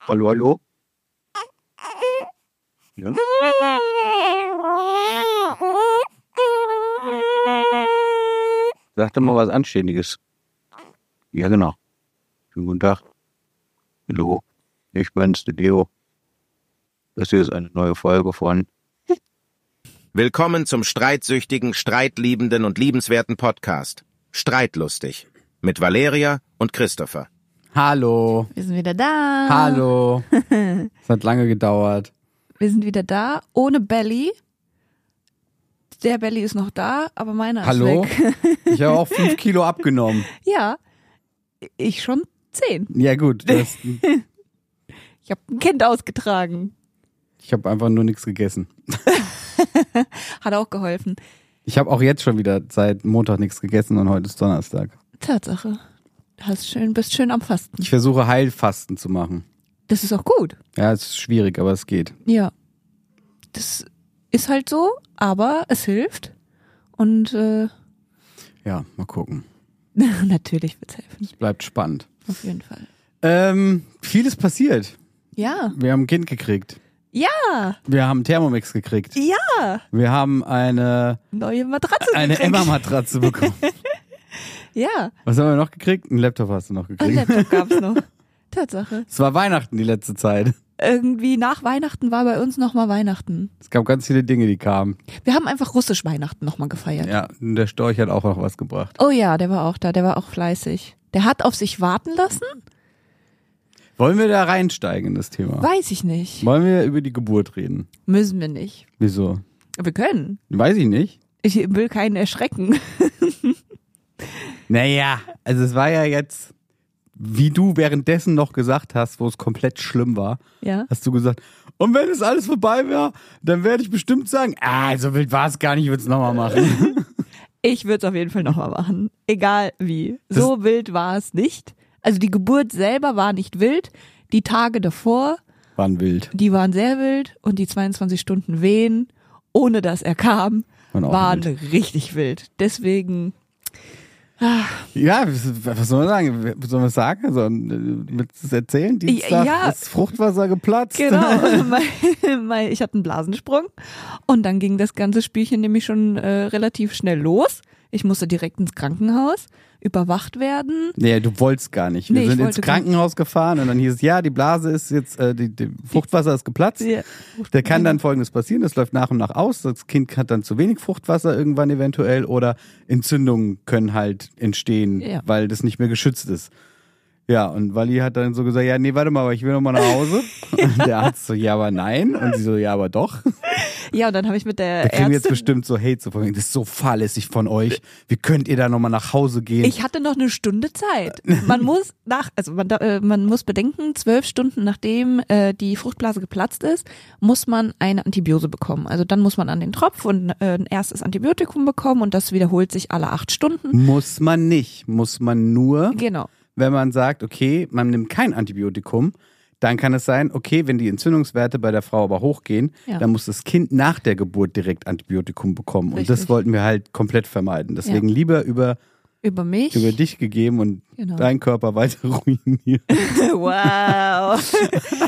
Hallo, hallo. Ja. Sag doch mal was Anständiges. Ja, genau. Schönen guten Tag. Hallo. Ich bin's, der Deo. Das hier ist eine neue Folge von Willkommen zum streitsüchtigen, streitliebenden und liebenswerten Podcast. Streitlustig. Mit Valeria und Christopher. Hallo. Wir sind wieder da. Hallo. Ah. Es hat lange gedauert. Wir sind wieder da, ohne Belly. Der Belly ist noch da, aber meiner Hallo. ist weg. Ich habe auch fünf Kilo abgenommen. Ja, ich schon zehn. Ja gut, das, Ich habe ein Kind ausgetragen. ich habe einfach nur nichts gegessen. Hat auch geholfen. Ich habe auch jetzt schon wieder seit Montag nichts gegessen und heute ist Donnerstag. Tatsache. Hast schön, bist schön am Fasten. Ich versuche Heilfasten zu machen. Das ist auch gut. Ja, es ist schwierig, aber es geht. Ja. Das ist halt so, aber es hilft. Und äh, Ja, mal gucken. natürlich wird's helfen. Bleibt spannend. Auf jeden Fall. Ähm, vieles passiert. Ja. Wir haben ein Kind gekriegt. Ja. Wir haben Thermomix gekriegt. Ja. Wir haben eine, Neue Matratze. eine gekriegt. Emma-Matratze bekommen. Ja. Was haben wir noch gekriegt? Einen Laptop hast du noch Ein gekriegt. Laptop gab's noch. Tatsache. Es war Weihnachten die letzte Zeit. Irgendwie nach Weihnachten war bei uns nochmal Weihnachten. Es gab ganz viele Dinge, die kamen. Wir haben einfach russisch Weihnachten nochmal gefeiert. Ja, und der Storch hat auch noch was gebracht. Oh ja, der war auch da, der war auch fleißig. Der hat auf sich warten lassen? Wollen wir da reinsteigen in das Thema? Weiß ich nicht. Wollen wir über die Geburt reden? Müssen wir nicht. Wieso? Wir können. Weiß ich nicht. Ich will keinen erschrecken. Naja, also es war ja jetzt, wie du währenddessen noch gesagt hast, wo es komplett schlimm war, Ja. hast du gesagt, und wenn es alles vorbei wäre, dann werde ich bestimmt sagen, ah, so wild war es gar nicht, ich würde es nochmal machen. Ich würde es auf jeden Fall nochmal machen. Egal wie. So wild war es nicht. Also die Geburt selber war nicht wild. Die Tage davor, Waren wild. die waren sehr wild. Und die 22 Stunden Wehen, ohne dass er kam, Waren auch waren richtig wild. Deswegen, Ja, was was soll man sagen? Was soll man sagen? Also, äh, willst du es erzählen? Dienstag ja. ist Fruchtwasser geplatzt. genau, mein, mein, ich hatte einen Blasensprung. Und dann ging das ganze Spielchen nämlich schon äh, relativ schnell los. Ich musste direkt ins Krankenhaus, überwacht werden. Nee, du wolltest gar nicht. Wir Nee, ich sind ins wollte gar nicht. Krankenhaus gefahren und dann hieß es, ja, die Blase ist jetzt, äh, die, die Fruchtwasser ist geplatzt. Ja. Genau. Da kann dann folgendes passieren, das läuft nach und nach aus. Das Kind hat dann zu wenig Fruchtwasser irgendwann eventuell oder Entzündungen können halt entstehen, Ja. weil das nicht mehr geschützt ist. Ja, und Wally hat dann so gesagt, ja, nee, warte mal, aber ich will noch mal nach Hause. Und der Arzt so, ja, aber nein. Und sie so, ja, aber doch. Ja, und dann habe ich mit der Da kriegen wir jetzt Ärztin bestimmt so Hate so von wegen, das ist so fahrlässig von euch. Wie könnt ihr da noch mal nach Hause gehen? Ich hatte noch eine Stunde Zeit. Man muss nach, also man, da- äh, man muss bedenken, zwölf Stunden nachdem äh, die Fruchtblase geplatzt ist, muss man eine Antibiose bekommen. Also dann muss man an den Tropf und äh, ein erstes Antibiotikum bekommen und das wiederholt sich alle acht Stunden. muss man nicht, muss man nur Genau. wenn man sagt, okay, man nimmt kein Antibiotikum, dann kann es sein, okay, wenn die Entzündungswerte bei der Frau aber hochgehen, Ja. dann muss das Kind nach der Geburt direkt Antibiotikum bekommen. Und das Richtig. wollten wir halt komplett vermeiden. Deswegen lieber über, Über mich. über dich gegeben und Genau. deinen Körper weiter ruinieren. Wow.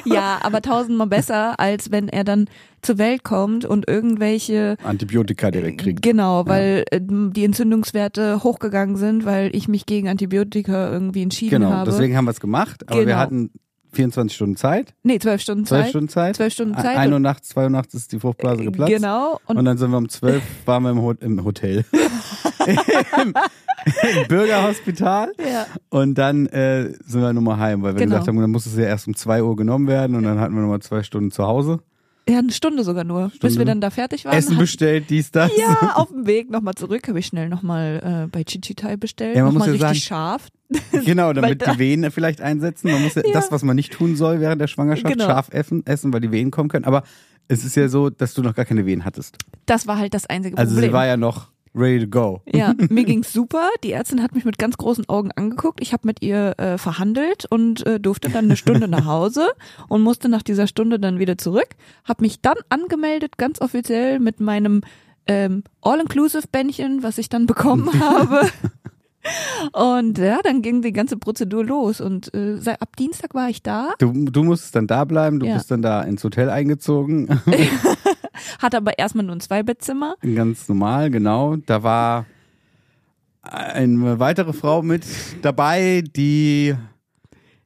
ja, aber tausendmal besser, als wenn er dann zur Welt kommt und irgendwelche Antibiotika direkt kriegt. Genau, weil ähm, die Entzündungswerte hochgegangen sind, weil ich mich gegen Antibiotika irgendwie entschieden genau, habe. deswegen haben wir es gemacht. Aber wir Genau. hatten 24 Stunden Zeit, Nee, zwölf Stunden 12 Zeit. Stunden Zeit. Zwölf Stunden Zeit. 1 Uhr nachts, 2 Uhr nachts ist die Fruchtblase geplatzt. Genau. Und, Und, dann sind wir um 12 waren wir im, Ho im Hotel. Im, Im Bürgerhospital. Ja. Und dann äh, sind wir nochmal heim, weil wir Genau. gesagt haben, dann muss es ja erst um 2 Uhr genommen werden und dann hatten wir nochmal zwei Stunden zu Hause. ja, eine Stunde sogar nur, bis Stunde. wir dann da fertig waren. Essen Hat- bestellt, dies, das. Ja, auf dem Weg nochmal zurück habe ich schnell nochmal äh, bei Chichitai bestellt. Ja, man nochmal muss ja richtig scharf. Genau, damit Weil da- die Wehen vielleicht einsetzen. Man muss ja, das, was man nicht tun soll während der Schwangerschaft, Genau. scharf essen, essen, weil die Wehen kommen können. Aber es ist ja so, dass du noch gar keine Wehen hattest. Das war halt das einzige Also Problem. sie war ja noch ready to go. Ja, mir ging's super. Die Ärztin hat mich mit ganz großen Augen angeguckt. Ich habe mit ihr äh, verhandelt und äh, durfte dann eine Stunde nach Hause und musste nach dieser Stunde dann wieder zurück. Hab mich dann angemeldet, ganz offiziell mit meinem ähm, All-Inclusive-Bändchen, was ich dann bekommen habe. Und ja, dann ging die ganze Prozedur los. Und äh, seit- ab Dienstag war ich da, Du, du musstest dann da bleiben, du Ja. bist dann da ins Hotel eingezogen. hatte aber erstmal nur ein Zweibettzimmer. Ganz normal, genau. Da war eine weitere Frau mit dabei, die,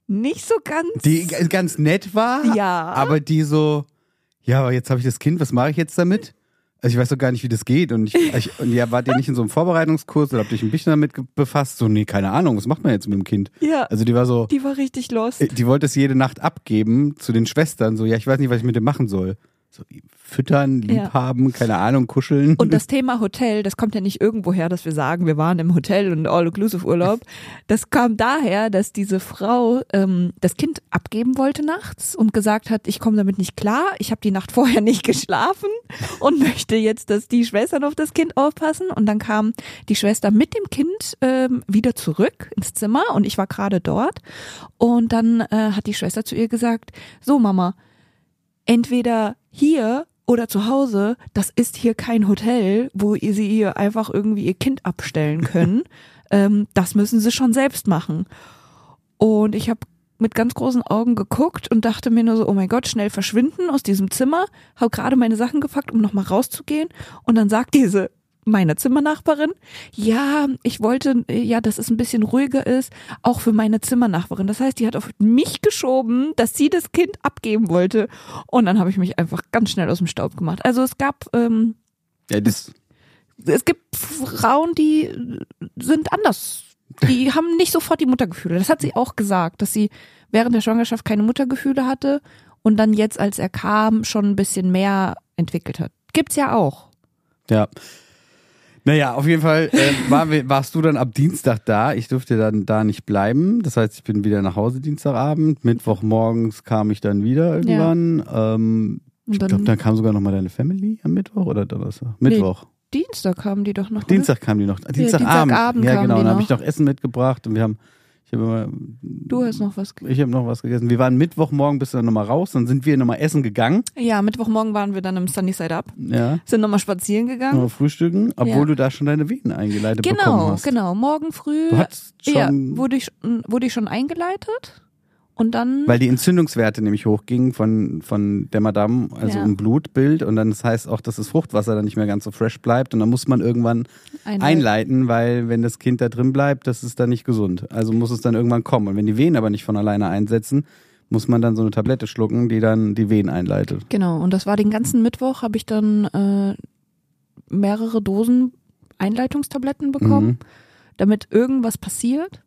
Nicht so ganz. die g- ganz nett war, Ja. aber die so, ja, aber jetzt habe ich das Kind, was mache ich jetzt damit? Also ich weiß doch gar nicht, wie das geht. Und, ich, ich, und ja, wart ihr nicht in so einem Vorbereitungskurs oder habt ihr euch ein bisschen damit ge- befasst? So, nee, keine Ahnung, was macht man jetzt mit dem Kind? ja, Also die war so, die war richtig lost. äh, die wollte es jede Nacht abgeben zu den Schwestern. So, ja, ich weiß nicht, was ich mit dem machen soll. So, füttern, Ja. liebhaben, keine Ahnung, kuscheln. Und das Thema Hotel, das kommt ja nicht irgendwo her, dass wir sagen, wir waren im Hotel und All-Inclusive-Urlaub. Das kam daher, dass diese Frau ähm, das Kind abgeben wollte nachts und gesagt hat, ich komme damit nicht klar, ich habe die Nacht vorher nicht geschlafen und möchte jetzt, dass die Schwestern auf das Kind aufpassen. Und dann kam die Schwester mit dem Kind ähm, wieder zurück ins Zimmer und ich war gerade dort. Und dann äh, hat die Schwester zu ihr gesagt, so Mama, entweder hier oder zu Hause, das ist hier kein Hotel, wo ihr sie ihr einfach irgendwie ihr Kind abstellen können. ähm, das müssen sie schon selbst machen. Und ich habe mit ganz großen Augen geguckt und dachte mir nur so, oh mein Gott, schnell verschwinden aus diesem Zimmer, habe gerade meine Sachen gepackt, um nochmal rauszugehen. Und dann sagt diese meine Zimmernachbarin, ja, ich wollte, äh, ja, dass es ein bisschen ruhiger ist, auch für meine Zimmernachbarin. Das heißt, die hat auf mich geschoben, dass sie das Kind abgeben wollte. Und dann habe ich mich einfach ganz schnell aus dem Staub gemacht. Also es gab, ähm, ja, das, es gibt Frauen, die äh, sind anders. Die haben nicht sofort die Muttergefühle. Das hat sie auch gesagt, dass sie während der Schwangerschaft keine Muttergefühle hatte und dann jetzt, als er kam, schon ein bisschen mehr entwickelt hat. Gibt's ja auch. Ja. Naja, auf jeden Fall äh, waren wir, warst du dann ab Dienstag da. Ich durfte dann da nicht bleiben. Das heißt, ich bin wieder nach Hause Dienstagabend. Mittwochmorgens kam ich dann wieder irgendwann. Ähm, ich Und dann- glaube, dann kam sogar nochmal deine Family am Mittwoch oder Donnerstag? Mittwoch. Dienstag haben die doch noch. oder? Dienstag kam die noch. Dienstagabend. Dienstagabend ja, kamen genau. die Dann habe ich noch. noch Essen mitgebracht und wir haben. Ich habe immer Du hast noch was. ge- ich habe noch was gegessen. Wir waren Mittwochmorgen bis dann nochmal raus, dann sind wir nochmal essen gegangen. Ja, Mittwochmorgen waren wir dann im Sunnyside Up, Ja. sind nochmal spazieren gegangen. Nochmal frühstücken, obwohl Ja. du da schon deine Venen eingeleitet Oh, bekommen Genau, hast. genau. Morgen früh Du hattest schon- ja, wurde, ich, wurde ich schon eingeleitet und dann Weil die Entzündungswerte nämlich hochgingen von, von der Madame, also Ja. im Blutbild. Und dann das heißt auch, dass das Fruchtwasser dann nicht mehr ganz so fresh bleibt. Und dann muss man irgendwann Einleiten. einleiten, weil wenn das Kind da drin bleibt, das ist dann nicht gesund. Also muss es dann irgendwann kommen. Und wenn die Wehen aber nicht von alleine einsetzen, muss man dann so eine Tablette schlucken, die dann die Wehen einleitet. Genau, und das war den ganzen Mittwoch, habe ich dann äh, mehrere Dosen Einleitungstabletten bekommen, Mhm. damit irgendwas passiert.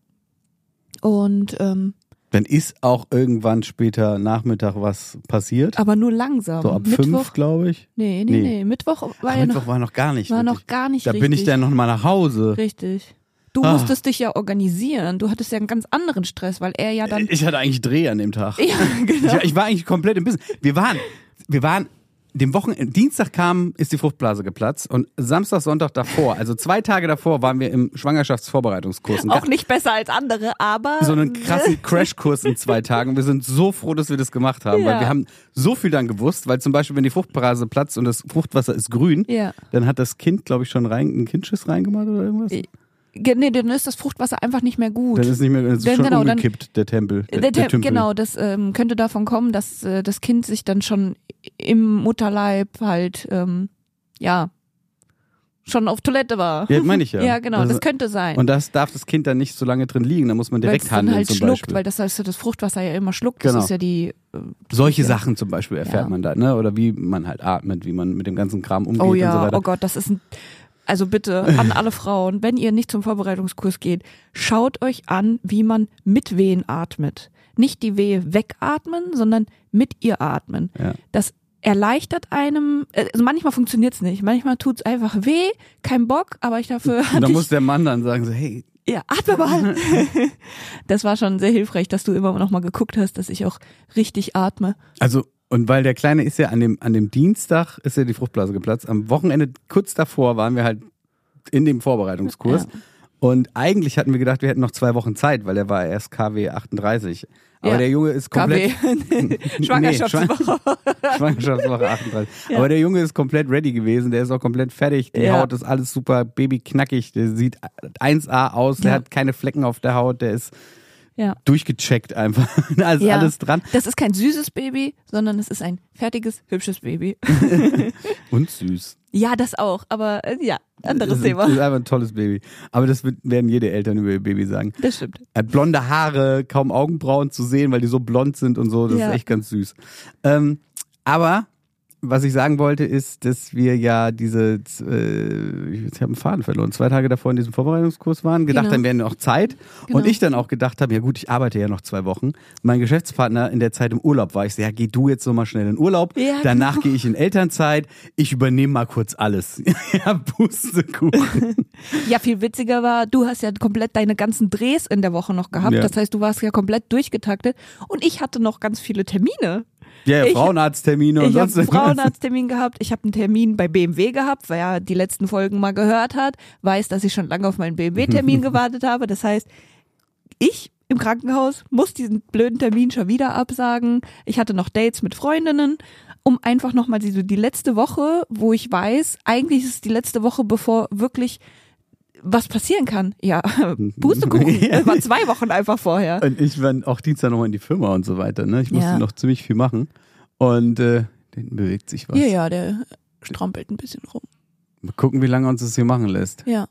Und ähm, Dann ist auch irgendwann später Nachmittag was passiert. aber nur langsam. so ab Ah, Mittwoch, fünf, glaube ich. nee, nee, Nee. nee, Mittwoch war Ach, ja Mittwoch noch, war noch gar nicht. war richtig. noch gar nicht da richtig. bin ich dann noch mal nach Hause. Richtig. Du Ah. musstest dich ja organisieren. Du hattest ja einen ganz anderen Stress, weil er ja dann. Äh, Ich hatte eigentlich Dreh an dem Tag. ja, genau. Ich, ich war eigentlich komplett im Business. Wir waren, wir waren, dem Wochenende, Dienstag kam, ist die Fruchtblase geplatzt und Samstag, Sonntag davor, also zwei Tage davor, waren wir im Schwangerschaftsvorbereitungskurs. Ein Auch ga- nicht besser als andere, aber. So einen krassen Crashkurs in zwei Tagen. Wir sind so froh, dass wir das gemacht haben, weil Ja. wir haben so viel dann gewusst, weil zum Beispiel, wenn die Fruchtblase platzt und das Fruchtwasser ist grün, Ja. dann hat das Kind, glaube ich, schon rein, einen Kindschiss reingemacht oder irgendwas. Ge- Nee, dann ist das Fruchtwasser einfach nicht mehr Äh, gut. Dann ist nicht mehr, dann ist Dann- schon genau, dann- umgekippt, der Tempel. Äh, Der, Der der Tem- Tümpel. genau, das ähm, könnte davon kommen, dass äh, das Kind sich dann schon im Mutterleib halt, ähm, ja, schon auf Toilette war. Ja, meine ich ja. Ja, genau, Also- das könnte sein. Und das darf das Kind dann nicht so lange drin liegen, da muss man direkt Weil's dann handeln halt zum schluckt, Beispiel. weil das heißt, das Fruchtwasser ja immer schluckt. Genau. Das ist ja die, äh, Solche Sachen zum Beispiel erfährt Ja. man da, ne? Oder wie man halt atmet, wie man mit dem ganzen Kram umgeht oh und so ja, weiter. oh Gott, das ist ein, also bitte an alle Frauen, wenn ihr nicht zum Vorbereitungskurs geht, schaut euch an, wie man mit Wehen atmet. Nicht die Wehe wegatmen, sondern mit ihr atmen. Ja. Das erleichtert einem, äh, also manchmal funktioniert's nicht, manchmal tut's einfach weh, kein Bock, aber ich dafür Und hatte dann ich muss der Mann dann sagen so, hey, ja, atme mal. das war schon sehr hilfreich, dass du immer noch mal geguckt hast, dass ich auch richtig atme. also und weil der Kleine ist ja an dem, an dem Dienstag ist ja die Fruchtblase geplatzt. Am Wochenende kurz davor waren wir halt in dem Vorbereitungskurs. Ja. Und eigentlich hatten wir gedacht, wir hätten noch zwei Wochen Zeit, weil er war erst KW 38. Aber Ja. der Junge ist komplett. KW. Schwangerschaftswoche. Schwangerschaftswoche 38. Aber der Junge ist komplett ready gewesen, der ist auch komplett fertig. Die Ja. Haut ist alles super, Baby knackig, der sieht 1A aus, der Ja. hat keine Flecken auf der Haut, der ist ja. durchgecheckt einfach. Da ist Ja. alles dran. Das ist kein süßes Baby, sondern es ist ein fertiges, hübsches Baby. Und süß. Ja, das auch, aber äh, ja, anderes das ist, Das Thema. ist einfach ein tolles Baby. Aber das wird- werden jede Eltern über ihr Baby sagen. Das stimmt. Er hat blonde Haare, kaum Augenbrauen zu sehen, weil die so blond sind und so. Das Ja. ist echt ganz süß. Ähm, aber was ich sagen wollte, ist, dass wir ja diese, äh, ich habe einen Faden verloren, zwei Tage davor in diesem Vorbereitungskurs waren, gedacht Genau. haben, wir hätten noch Zeit. Und Genau. ich dann auch gedacht habe, ja gut, ich arbeite ja noch zwei Wochen. Mein Geschäftspartner in der Zeit im Urlaub war, ich so, ja, geh du jetzt nochmal schnell in Urlaub. Ja, genau. Danach gehe ich in Elternzeit. Ich übernehme mal kurz alles. ja, Pustekuchen. Ja, viel witziger war, du hast ja komplett deine ganzen Drehs in der Woche noch gehabt. Ja. Das heißt, du warst ja komplett durchgetaktet und ich hatte noch ganz viele Termine. Ja, ja, Ich- Frauenarzttermine und ich sonst habe einen irgendwas. Frauenarzttermin gehabt, ich habe einen Termin bei BMW gehabt, wer ja die letzten Folgen mal gehört hat, weiß, dass ich schon lange auf meinen BMW-Termin gewartet habe. Das heißt, ich im Krankenhaus muss diesen blöden Termin schon wieder absagen. Ich hatte noch Dates mit Freundinnen, um einfach nochmal diese, die letzte Woche, wo ich weiß, eigentlich ist es die letzte Woche, bevor wirklich was passieren kann. Ja, Pustekuchen. Das war zwei Wochen einfach vorher. Und ich war auch Dienstag nochmal in die Firma und so weiter. Ne? Ich musste Ja. noch ziemlich viel machen. Und äh, da hinten bewegt sich was. Ja, ja, der strampelt ein bisschen rum. Mal gucken, wie lange uns das hier machen lässt. Ja.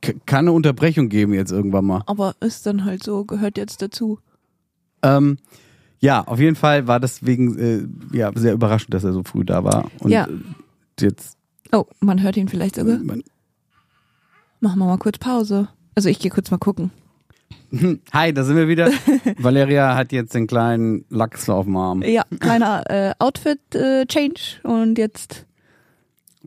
K kann eine Unterbrechung geben jetzt irgendwann mal. Aber ist dann halt so, gehört jetzt dazu. Ähm, ja, auf jeden Fall war das wegen, äh, ja, sehr überraschend, dass er so früh da war. Und Ja. äh, jetzt, Oh, man hört ihn vielleicht sogar. man, Machen wir mal kurz Pause. Also ich gehe kurz mal gucken. hi, da sind wir wieder. Valeria hat jetzt den kleinen Lachs auf dem Arm. Ja, kleiner äh, Outfit-Change und jetzt.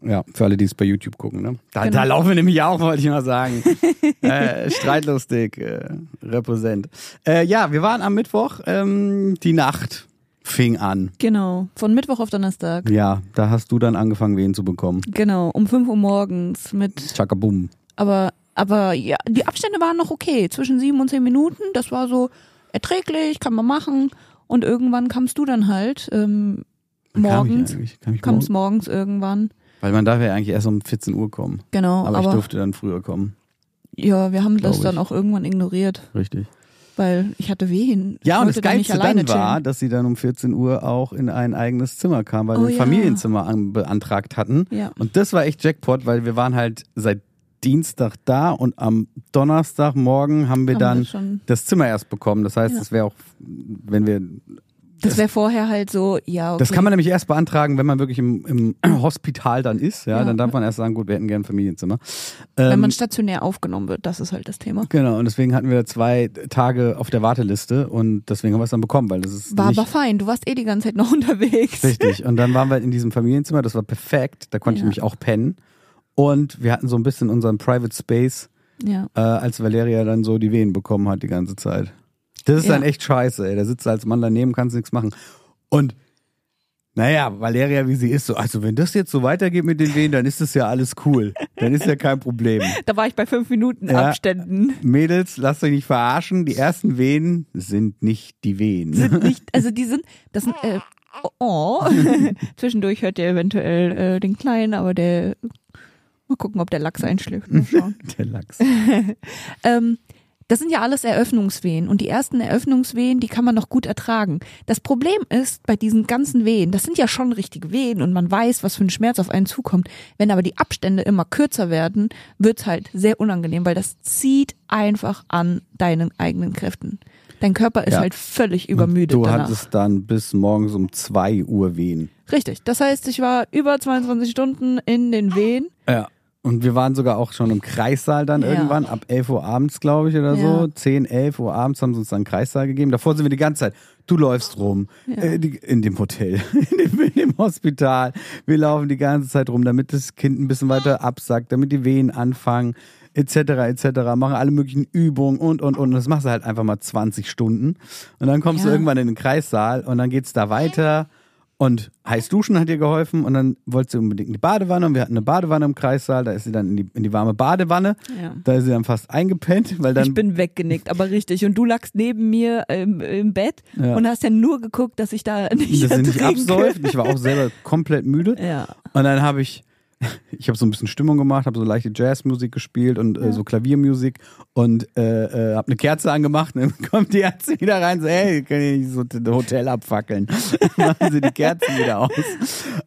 Ja, für alle, die es bei YouTube gucken. Ne? Da, Genau. da laufen wir nämlich auch, wollte ich mal sagen. äh, streitlustig, äh, repräsent. Äh, ja, wir waren am Mittwoch, ähm, die Nacht fing an. Genau, von Mittwoch auf Donnerstag. Ja, da hast du dann angefangen, wen zu bekommen. Genau, um 5 Uhr morgens mit. Chakabum. Aber, aber ja, die Abstände waren noch okay. Zwischen sieben und zehn Minuten. Das war so erträglich, kann man machen. Und irgendwann kamst du dann halt. Ähm, Wann kam ich morgens. eigentlich? Kam ich Kamst morgens? morgens irgendwann. Weil man darf ja eigentlich erst um 14 Uhr kommen. Genau, Aber, aber, ich durfte dann früher kommen. ja, wir haben Glaub das ich. dann auch irgendwann ignoriert, Richtig. weil ich hatte Wehen. Ich Ja, und wollte das dann nicht Geilste alleine dann war, chillen. dass sie dann um 14 Uhr auch in ein eigenes Zimmer kamen, weil Oh wir ein ja. Familienzimmer an, beantragt hatten. Ja. Und das war echt Jackpot, weil wir waren halt seit Dienstag da und am Donnerstagmorgen haben wir Haben dann wir schon- das Zimmer erst bekommen. Das heißt, Ja. das wäre auch, wenn wir, Das wäre vorher halt so, ja, okay. das kann man nämlich erst beantragen, wenn man wirklich im, im Hospital dann ist. Ja, Ja. dann darf man erst sagen, gut, wir hätten gern ein Familienzimmer. Wenn Ähm, man stationär aufgenommen wird, das ist halt das Thema. Genau, und deswegen hatten wir zwei Tage auf der Warteliste und deswegen haben wir es dann bekommen, weil das ist War nicht aber fein, du warst eh die ganze Zeit noch unterwegs. Richtig. Und dann waren wir in diesem Familienzimmer, das war perfekt. Da konnte Ja. ich mich auch pennen. Und wir hatten so ein bisschen unseren Private Space, Ja. äh, als Valeria dann so die Wehen bekommen hat die ganze Zeit. Das ist Ja. dann echt scheiße, ey. Da sitzt du als Mann daneben, kannst nichts machen. Und naja, Valeria, wie sie ist, so, also wenn das jetzt so weitergeht mit den Wehen, dann ist das ja alles cool. Dann ist ja kein Problem. Da war ich bei fünf Minuten Ja. Abständen. Mädels, lasst euch nicht verarschen. Die ersten Wehen sind nicht die Wehen. Sind nicht, also die sind, das sind, äh, oh. Zwischendurch hört ihr eventuell äh, den Kleinen, aber der, mal gucken, ob der Lachs einschläft. Mal schauen. der Lachs. ähm, das sind ja alles Eröffnungswehen und die ersten Eröffnungswehen, die kann man noch gut ertragen. Das Problem ist bei diesen ganzen Wehen, das sind ja schon richtige Wehen und man weiß, was für ein Schmerz auf einen zukommt. Wenn aber die Abstände immer kürzer werden, wird's halt sehr unangenehm, weil das zieht einfach an deinen eigenen Kräften. Dein Körper ist Ja. halt völlig übermüdet Du danach. hattest dann bis morgens um 2 Uhr Wehen. Richtig. Das heißt, ich war über 22 Stunden in den Wehen. Ja. Und wir waren sogar auch schon im Kreissaal dann Ja. irgendwann, ab 11 Uhr abends, glaube ich, oder so. Ja. 10, 11 Uhr abends haben sie uns dann einen Kreissaal gegeben. Davor sind wir die ganze Zeit. Du läufst rum, äh, die, in dem Hotel, in dem, in dem Hospital. Wir laufen die ganze Zeit rum, damit das Kind ein bisschen weiter absackt, damit die Wehen anfangen, etc., etc. Machen alle möglichen Übungen und, und, und. Und das machst du halt einfach mal 20 Stunden. Und dann kommst du Ja. irgendwann in den Kreissaal und dann geht's da weiter. Und heiß duschen hat ihr geholfen und dann wollte sie unbedingt in die Badewanne und wir hatten eine Badewanne im Kreissaal, da ist sie dann in die, in die warme Badewanne, Ja. da ist sie dann fast eingepennt, weil dann ich bin weggenickt, aber richtig. Und du lagst neben mir im, im Bett Ja. und hast ja nur geguckt, dass ich da nicht, dass sie nicht ertrinke. absäuft. Ich war auch selber komplett müde. Ja. Und dann habe ich, ich habe so ein bisschen Stimmung gemacht, habe so leichte Jazzmusik gespielt und äh, so Klaviermusik und äh, äh, habe eine Kerze angemacht. Und dann kommt die Ärzte wieder rein und so, hey, können ihr nicht so ein Hotel abfackeln? Machen sie die Kerzen wieder aus.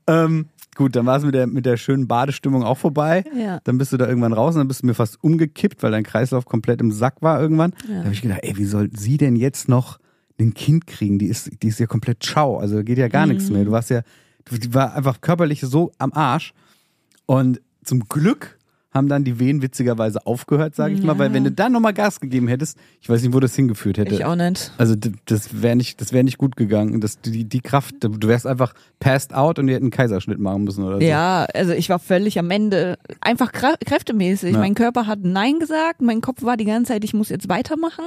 Ähm, gut, dann war es mit der, mit der schönen Badestimmung auch vorbei. Ja. Dann bist du da irgendwann raus und dann bist du mir fast umgekippt, weil dein Kreislauf komplett im Sack war irgendwann. Da habe ich gedacht, ey, wie soll sie denn jetzt noch ein Kind kriegen? Die ist, die ist ja komplett schau, also geht ja gar nichts mehr. Du warst ja, du, die war einfach körperlich so am Arsch. Und zum Glück haben dann die Wehen witzigerweise aufgehört, sage ich mal, weil wenn du dann nochmal Gas gegeben hättest, ich weiß nicht, wo das hingeführt hätte. Ich auch nicht. Also d- das wäre nicht, das wäre nicht gut gegangen. Das, die, die Kraft, du wärst einfach passed out und die hätten einen Kaiserschnitt machen müssen oder so. Ja, also ich war völlig am Ende, einfach krä- kräftemäßig. Ja. Mein Körper hat Nein gesagt, mein Kopf war die ganze Zeit, ich muss jetzt weitermachen.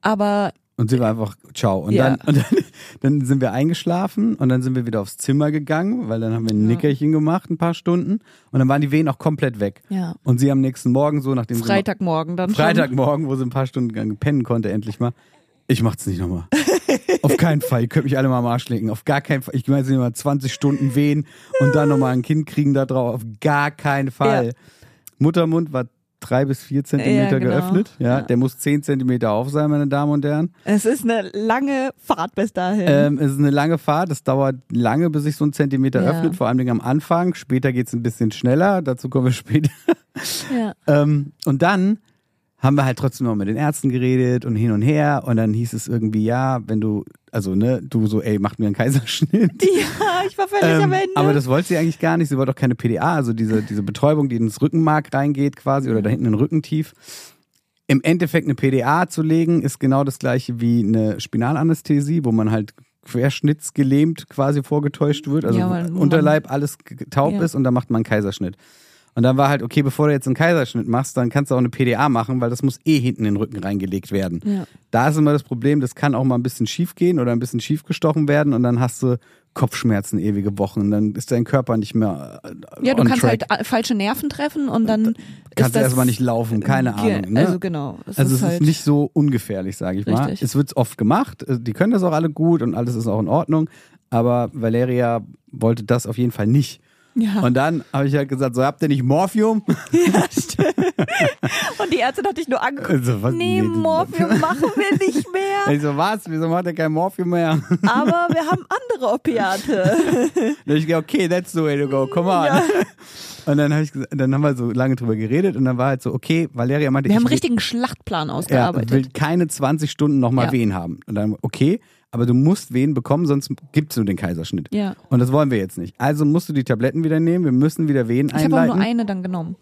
Aber Und sie war einfach, ciao. Und, Ja. dann, und dann, dann sind wir eingeschlafen und dann sind wir wieder aufs Zimmer gegangen, weil dann haben wir ein Nickerchen gemacht, ein paar Stunden. Und dann waren die Wehen auch komplett weg. Ja. Und sie am nächsten Morgen so, nachdem sie mal- Freitagmorgen dann schon. Freitagmorgen, wo sie ein paar Stunden lang pennen konnte, endlich mal. Ich mach's nicht nochmal. Auf keinen Fall. Ihr könnt mich alle mal am Arsch lecken. Auf gar keinen Fall. Ich meine, sie mal 20 Stunden wehen und dann nochmal ein Kind kriegen da drauf. Auf gar keinen Fall. Ja. Muttermund war drei bis vier Zentimeter Ja, genau. geöffnet. Ja, Ja. Der muss zehn Zentimeter auf sein, meine Damen und Herren. Es ist eine lange Fahrt bis dahin. Ähm, es ist eine lange Fahrt. Es dauert lange, bis sich so ein Zentimeter Ja. öffnet. Vor allem am Anfang. Später geht's ein bisschen schneller. Dazu kommen wir später. ja. Ähm, und dann haben wir halt trotzdem noch mit den Ärzten geredet und hin und her. Und dann hieß es irgendwie, ja, wenn du, also ne, du so, ey, macht mir einen Kaiserschnitt. ja, ich war völlig am Ähm, Ende. aber das wollte sie eigentlich gar nicht. Sie wollte auch keine PDA, also diese, diese Betäubung, die ins Rückenmark reingeht quasi oder da hinten in den Rücken tief. Im Endeffekt eine PDA zu legen, ist genau das gleiche wie eine Spinalanästhesie, wo man halt querschnittsgelähmt quasi vorgetäuscht wird, also Ja, weil man- Unterleib alles g- g- taub Ja. ist und dann macht man einen Kaiserschnitt. Und dann war halt, okay, bevor du jetzt einen Kaiserschnitt machst, dann kannst du auch eine PDA machen, weil das muss eh hinten in den Rücken reingelegt werden. Ja. Da ist immer das Problem, das kann auch mal ein bisschen schief gehen oder ein bisschen schief gestochen werden und dann hast du Kopfschmerzen ewige Wochen. Und Dann ist dein Körper nicht mehr äh, ja, du on kannst track. halt äh, falsche Nerven treffen und dann ist kannst das erstmal nicht laufen, keine Ge- Ahnung. Ne? Also genau. Es also ist es halt, ist nicht so ungefährlich, sage ich mal. Richtig. Es wird oft gemacht, äh, die können das auch alle gut und alles ist auch in Ordnung, aber Valeria wollte das auf jeden Fall nicht. Ja. Und dann habe ich halt gesagt, so habt ihr nicht Morphium? Ja, stimmt. Und die Ärztin hatte ich nur angeguckt. Also, was- nee, nee, das- Morphium machen wir nicht mehr. ich so, was? Wieso macht ihr kein Morphium mehr? Aber wir haben andere Opiate. Dann hab ich gedacht, okay, that's the way to go, come on. Ja. Und dann, hab ich, gesagt- dann haben wir so lange drüber geredet und dann war halt so, okay, Valeria meinte, Wir haben einen ich will, richtigen Schlachtplan ja, will ausgearbeitet. keine 20 Stunden nochmal Ja. Wehen haben. Und dann, okay, aber du musst Wehen bekommen, sonst gibt's nur den Kaiserschnitt. Ja. Und das wollen wir jetzt nicht. Also musst du die Tabletten wieder nehmen, wir müssen wieder Wehen ich habe auch nur einleiten. eine dann genommen.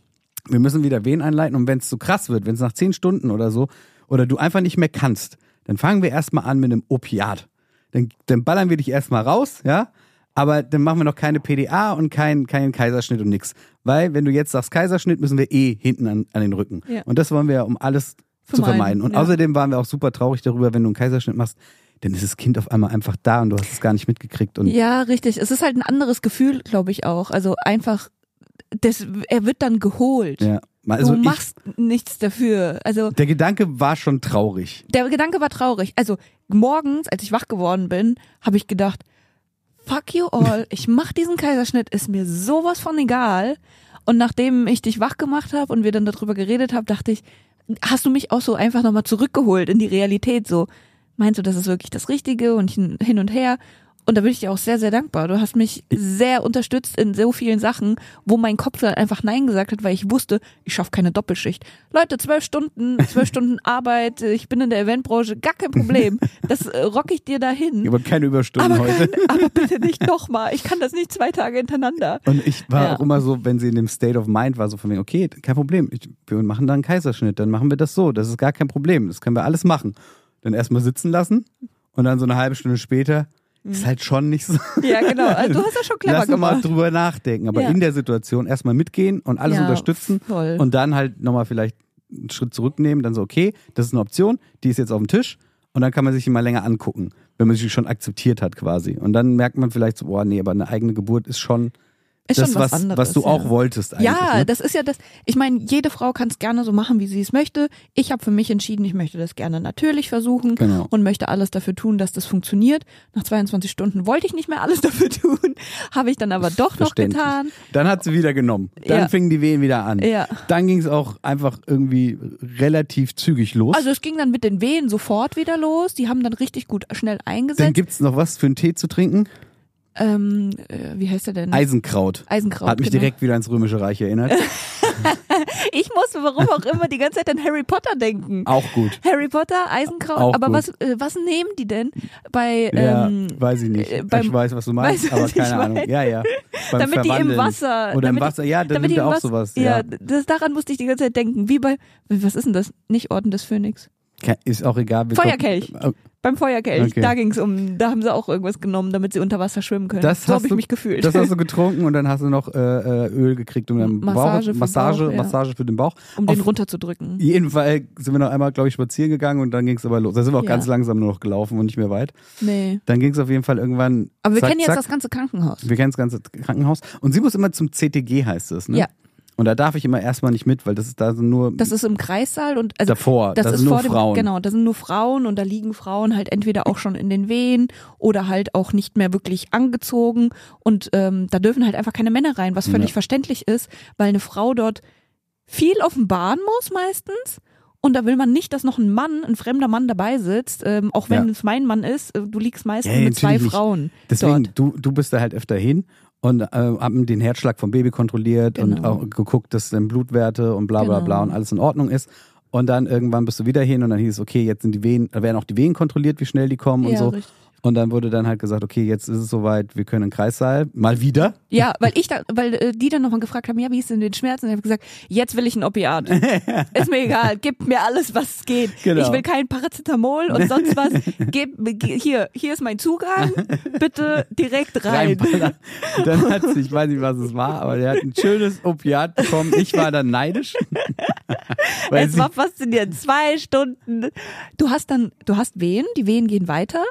wir müssen wieder Wehen einleiten und wenn es zu krass wird, wenn es nach 10 Stunden oder so, oder du einfach nicht mehr kannst, dann fangen wir erstmal an mit einem Opiat. Dann, dann ballern wir dich erstmal raus, ja? Aber dann machen wir noch keine PDA und keinen keinen Kaiserschnitt und nix. Weil, wenn du jetzt sagst Kaiserschnitt, müssen wir eh hinten an, an den Rücken. Ja. Und das wollen wir ja, um alles zu Vermeiden, vermeiden. Und ja. außerdem waren wir auch super traurig darüber, wenn du einen Kaiserschnitt machst, dann ist das Kind auf einmal einfach da und du hast es gar nicht mitgekriegt. Und Ja, richtig. Es ist halt ein anderes Gefühl, glaube ich auch. Also einfach, das, er wird dann geholt. ja. Also du ich, machst nichts dafür. Also der Gedanke war schon traurig. der Gedanke war traurig. Also morgens, als ich wach geworden bin, habe ich gedacht, fuck you all, ich mach diesen Kaiserschnitt, ist mir sowas von egal. Und nachdem ich dich wach gemacht habe und wir dann darüber geredet haben, dachte ich, hast du mich auch so einfach nochmal zurückgeholt in die Realität. So, meinst du, das ist wirklich das Richtige und hin hin und her? Und da bin ich dir auch sehr, sehr dankbar. Du hast mich sehr unterstützt in so vielen Sachen, wo mein Kopf dann einfach Nein gesagt hat, weil ich wusste, ich schaffe keine Doppelschicht. Leute, zwölf Stunden, zwölf Stunden Arbeit, ich bin in der Eventbranche, gar kein Problem. Das äh, rock ich dir dahin. Aber keine Überstunden Aber, heute. kein, aber bitte nicht nochmal. Ich kann das nicht zwei Tage hintereinander. Und ich war Ja. auch immer so, wenn sie in dem State of Mind war, so von wegen, okay, kein Problem, ich, wir machen da einen Kaiserschnitt, dann machen wir das so, das ist gar kein Problem, das können wir alles machen. Dann erstmal sitzen lassen und dann so eine halbe Stunde später ist halt schon nicht so. Ja, genau. Also, du hast das schon Mhm. clever Lass noch mal gemacht. drüber nachdenken, aber Ja. in der Situation erstmal mitgehen und alles Ja, unterstützen voll. und dann halt nochmal vielleicht einen Schritt zurücknehmen, dann so, okay, das ist eine Option, die ist jetzt auf dem Tisch und dann kann man sich die mal länger angucken, wenn man sie schon akzeptiert hat quasi. Und dann merkt man vielleicht so, boah, nee, aber eine eigene Geburt ist schon Ist das, schon was, was, anderes. was du ja. auch wolltest eigentlich. Ja, ne? das ist ja das. Ich meine, jede Frau kann es gerne so machen, wie sie es möchte. Ich habe für mich entschieden, ich möchte das gerne natürlich versuchen Genau. und möchte alles dafür tun, dass das funktioniert. Nach 22 Stunden wollte ich nicht mehr alles dafür tun, habe ich dann aber doch noch Verständlich. getan. Dann hat sie wieder genommen. Dann Ja. fingen die Wehen wieder an. Ja. Dann ging es auch einfach irgendwie relativ zügig los. Also es ging dann mit den Wehen sofort wieder los. Die haben dann richtig gut schnell dann eingesetzt. gibt's noch was für einen Tee zu trinken? Ähm, äh, wie heißt der denn? Eisenkraut. Mhm. Eisenkraut, Hat mich genau. direkt wieder ans Römische Reich erinnert. Ich musste warum auch immer die ganze Zeit an Harry Potter denken. auch gut. Harry Potter, Eisenkraut. Auch aber gut. was äh, was nehmen die denn bei Ja, ähm, weiß ich nicht. äh, beim- ich weiß, was du meinst, Weißt du, aber was ich keine Ahnung. meine? Ja, ja. Beim damit die im Verwandeln. Wasser. Oder im damit die- Wasser, ja, dann damit nimmt die er im auch Wasser- sowas. Ja, Ja. Das, daran musste ich die ganze Zeit denken. Wie bei, was ist denn das? Nicht Orden des Phönix. Ke- Ist auch egal. wir Feuerkelch. kommen- Beim Feuerkelch, Okay. da ging es um, da haben sie auch irgendwas genommen, damit sie unter Wasser schwimmen können. Das Äh, hast so habe ich du- mich gefühlt. Das hast du getrunken und dann hast du noch äh, äh, Öl gekriegt, um deinen Bauch, Massage für den Massage, Bauch, ja. Massage für den Bauch. um Auf den runterzudrücken. jeden Fall sind wir noch einmal, glaube ich, spazieren gegangen und dann ging es aber los. Da sind wir auch Ja. ganz langsam nur noch gelaufen und nicht mehr weit. Nee. Dann ging es auf jeden Fall irgendwann. Aber wir zack, kennen jetzt zack. das ganze Krankenhaus. Wir kennen das ganze Krankenhaus. Und sie muss immer zum CTG, heißt es, ne? Ja. Und da darf ich immer erstmal nicht mit, weil das ist da so nur Das ist im Kreissaal und also davor. das, da ist sind nur vor dem, Frauen. Genau, das sind nur Frauen und da liegen Frauen halt entweder auch schon in den Wehen oder halt auch nicht mehr wirklich angezogen und ähm, da dürfen halt einfach keine Männer rein, was völlig Ja. verständlich ist, weil eine Frau dort viel offenbaren muss meistens. Und da will man nicht, dass noch ein Mann, ein fremder Mann dabei sitzt, ähm, auch wenn Ja. es mein Mann ist. äh, Du liegst meistens Ja, mit zwei natürlich nicht. Frauen Deswegen, dort. du, du bist da halt öfter hin und äh, haben den Herzschlag vom Baby kontrolliert und Genau. auch geguckt, dass dann Blutwerte und bla bla Genau. bla und alles in Ordnung ist. Und dann irgendwann bist du wieder hin und dann hieß es, okay, jetzt sind die Wehen, da werden auch die Wehen kontrolliert, wie schnell die kommen und Ja, so. richtig. Und dann wurde dann halt gesagt, okay, jetzt ist es soweit, wir können in den Kreissaal. Mal wieder. Ja, weil ich da, weil äh, die dann nochmal gefragt haben, ja, wie ist denn den Schmerzen? Und ich habe gesagt, jetzt will ich ein Opiat. ist mir egal, gib mir alles, was es geht. Genau. Ich will kein Paracetamol und sonst was. Gib, ge- hier, hier ist mein Zugang. Bitte direkt rein. Reinballern. Und Dann hat sie, ich weiß nicht, was es war, aber der hat ein schönes Opiat bekommen. Ich war dann neidisch. Weil es sie- war faszinierend. Zwei Stunden. Du hast dann, du hast Wehen, die Wehen gehen weiter,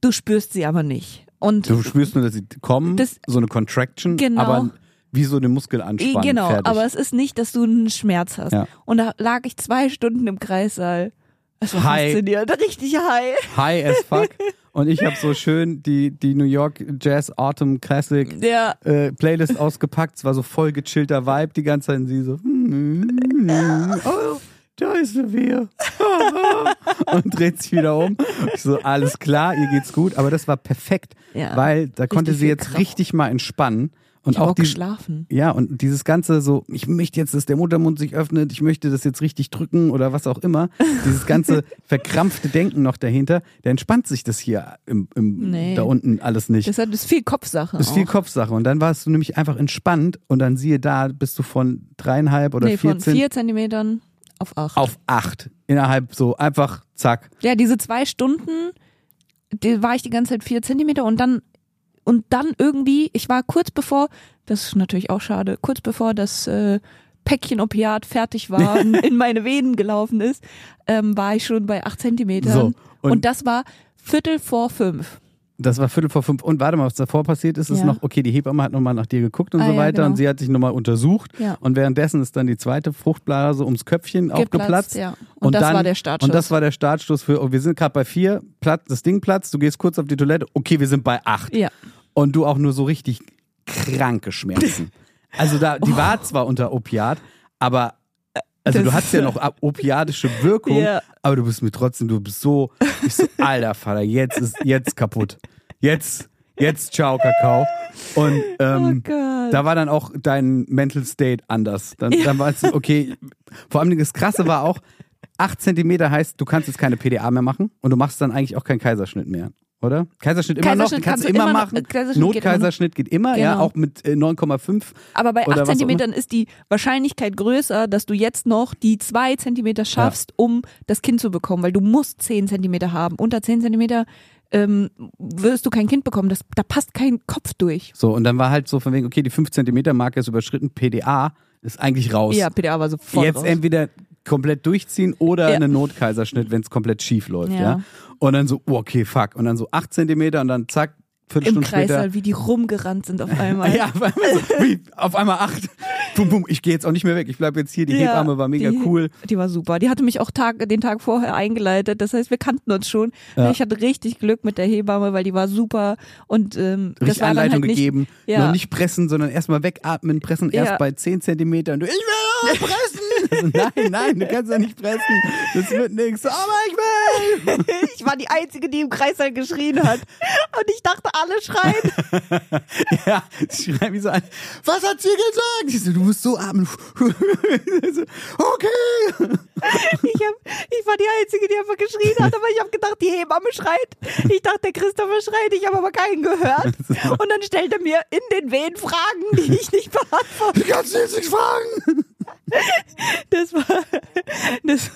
du spürst sie aber nicht. Und du spürst nur, dass sie kommen, Das- so eine Contraction, Genau. aber wie so eine Muskelanspannung. Genau, fertig. aber es ist nicht, dass du einen Schmerz hast. Ja. Und da lag ich zwei Stunden im Kreissaal. Es war Hi. faszinierend, richtig high. High as fuck. Und ich habe so schön die, die New York Jazz Autumn Classic Ja. äh, Playlist ausgepackt. Es war so voll gechillter Vibe die ganze Zeit. Und sie so, "Hm, mm, mm, oh, da ist eine Wehe. Und dreht sich wieder um. Ich so, alles klar, ihr geht's gut. Aber das war perfekt, Ja. weil da konnte sie viel jetzt Kraft. richtig mal entspannen. Und Ich hab auch auch die, geschlafen. ja, und dieses ganze so, ich möchte jetzt, dass der Muttermund sich öffnet, ich möchte das jetzt richtig drücken oder was auch immer, dieses ganze verkrampfte Denken noch dahinter, da entspannt sich das hier im, im, Nee. da unten alles nicht. Das Deshalb ist viel Kopfsache. ist viel auch. Kopfsache. Und dann warst du nämlich einfach entspannt und dann siehe da, bist du von dreieinhalb oder nee, von 14 vier Zentimetern auf acht. auf acht. Innerhalb so einfach, zack. Ja, diese zwei Stunden, die war ich die ganze Zeit vier Zentimeter und dann und dann irgendwie, ich war kurz bevor, das ist natürlich auch schade, kurz bevor das äh, Päckchen Opiat fertig war und in meine Venen gelaufen ist, ähm, war ich schon bei acht Zentimetern. So, und, und- das war Viertel vor fünf. Das war Viertel vor fünf. Und warte mal, was davor passiert ist, ist Ja. noch, okay, die Hebamme hat nochmal nach dir geguckt und Ah, so ja, weiter genau. und sie hat dich nochmal untersucht. Ja. Und währenddessen ist dann die zweite Fruchtblase ums Köpfchen aufgeplatzt. ja. Und, das war der Startschuss. Und das war der Startschuss für, oh, wir sind gerade bei vier, Platz, das Ding platzt, du gehst kurz auf die Toilette, okay, wir sind bei acht. ja. Und du auch nur so richtig kranke Schmerzen. also da, die war zwar unter Opiat, aber äh, also Das- du hast ja noch ab- opiatische Wirkung, Ja. aber du bist mir trotzdem, du bist so, ich so, alter Vater, jetzt ist jetzt kaputt. Jetzt, jetzt ciao, Kakao. Und ähm, oh Gott. da war dann auch dein Mental State anders. Dann, dann war es okay. Vor allem das Krasse war auch, 8 Zentimeter heißt, du kannst jetzt keine PDA mehr machen und du machst dann eigentlich auch keinen Kaiserschnitt mehr, oder? Kaiserschnitt immer noch, Kaiserschnitt kannst du kannst du immer immer noch- machen. Kaiserschnitt geht immer noch. Notkaiserschnitt geht immer, ja, Genau. auch mit äh, 9,5. Aber bei Oder 8 was auch Zentimetern ist die Wahrscheinlichkeit größer, dass du jetzt noch die 2 Zentimeter schaffst, um das Kind zu bekommen, weil du musst 10 Zentimeter haben. Unter 10 Zentimeter ähm, wirst du kein Kind bekommen. Das, da passt kein Kopf durch. So, und dann war halt so von wegen, okay, die 5 Zentimeter Marke ist überschritten, PDA ist eigentlich raus. Ja, PDA war sofort jetzt raus. entweder komplett durchziehen oder Ja. einen Notkaiserschnitt, wenn es komplett schief läuft. Ja. Ja. Und dann so, oh, okay, fuck. Und dann so acht Zentimeter und dann zack, Im Viertelstunde Kreis später. halt, wie die rumgerannt sind auf einmal. Ja, auf einmal, so, wie, auf einmal acht. Bum, bum, ich gehe jetzt auch nicht mehr weg. Ich bleib jetzt hier. Die Ja, Hebamme war mega die, cool. Die war super. Die hatte mich auch Tag, den Tag vorher eingeleitet. Das heißt, wir kannten uns schon. Ja. Ich hatte richtig Glück mit der Hebamme, weil die war super. Und ähm, das Richtig war dann Anleitung halt nicht, gegeben. Ja. Noch nicht pressen, sondern erstmal wegatmen. Pressen erst Ja. bei zehn Zentimetern. Du, ich will aber pressen. Also, nein, nein, du kannst ja nicht pressen. Das wird nix. Oh, Aber ich will. Ich war die Einzige, die im Kreis halt geschrien hat. Und ich dachte, alle schreien. Ja, sie schreibt mich so an. Was hat sie gesagt? Ich so, du musst so atmen. Ich so, okay. Ich, hab, ich war die Einzige, die einfach geschrien hat, aber ich habe gedacht, die Hebamme schreit. Ich dachte, der Christopher schreit, ich habe aber keinen gehört. Und dann stellt er mir in den Wehen Fragen, die ich nicht beantworte. Du kannst sie jetzt nicht fragen. Das war, das,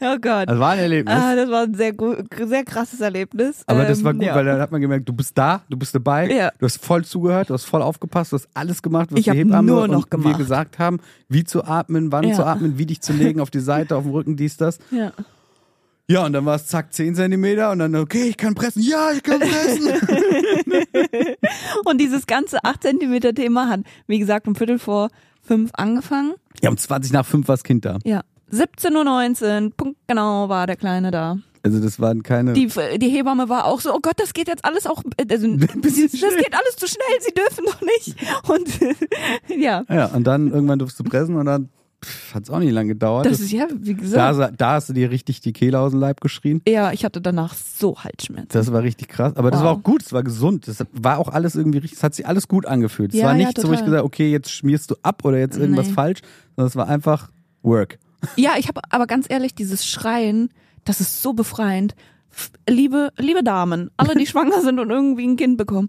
oh Gott. Das war ein Erlebnis. Ah, das war ein sehr, gu- sehr krasses Erlebnis. Aber das war Ähm, gut, ja. weil dann hat man gemerkt, du bist da, du bist dabei, Ja. du hast voll zugehört, du hast voll aufgepasst, du hast alles gemacht, was Ich die hab Hebamme nur noch und wir gemacht. gesagt haben, wie zu atmen, wann Ja. zu atmen, wie dich zu legen, auf die Seite, auf dem Rücken, dies, das. Ja. Ja, und dann war es zack, 10 Zentimeter und dann, okay, ich kann pressen, ja, ich kann pressen. Und dieses ganze 8 Zentimeter Thema hat, wie gesagt, um Viertel vor fünf angefangen. ja, um 20 nach 5 war das Kind da. Ja. 17.19 Uhr, Punkt genau, war der Kleine da. Also das waren keine... Die, die Hebamme war auch so, oh Gott, das geht jetzt alles auch, also, das bisschen schnell. geht alles zu schnell, sie dürfen doch nicht. Und ja, ja, und dann irgendwann durfst du pressen und dann hat es auch nicht lange gedauert. das ist ja, wie gesagt. Also, da, da hast du dir richtig die Kehle aus dem Leib geschrien. Ja, ich hatte danach so Halsschmerzen. Das war richtig krass. Aber das Wow. war auch gut, es war gesund. Das war auch alles irgendwie richtig, es hat sich alles gut angefühlt. Es Ja, war ja, nicht so, wo ich total. gesagt okay, jetzt schmierst du ab oder jetzt irgendwas Nee. falsch, sondern es war einfach Work. Ja, ich habe aber ganz ehrlich, dieses Schreien, das ist so befreiend. F- Liebe, liebe Damen, alle, die schwanger sind und irgendwie ein Kind bekommen,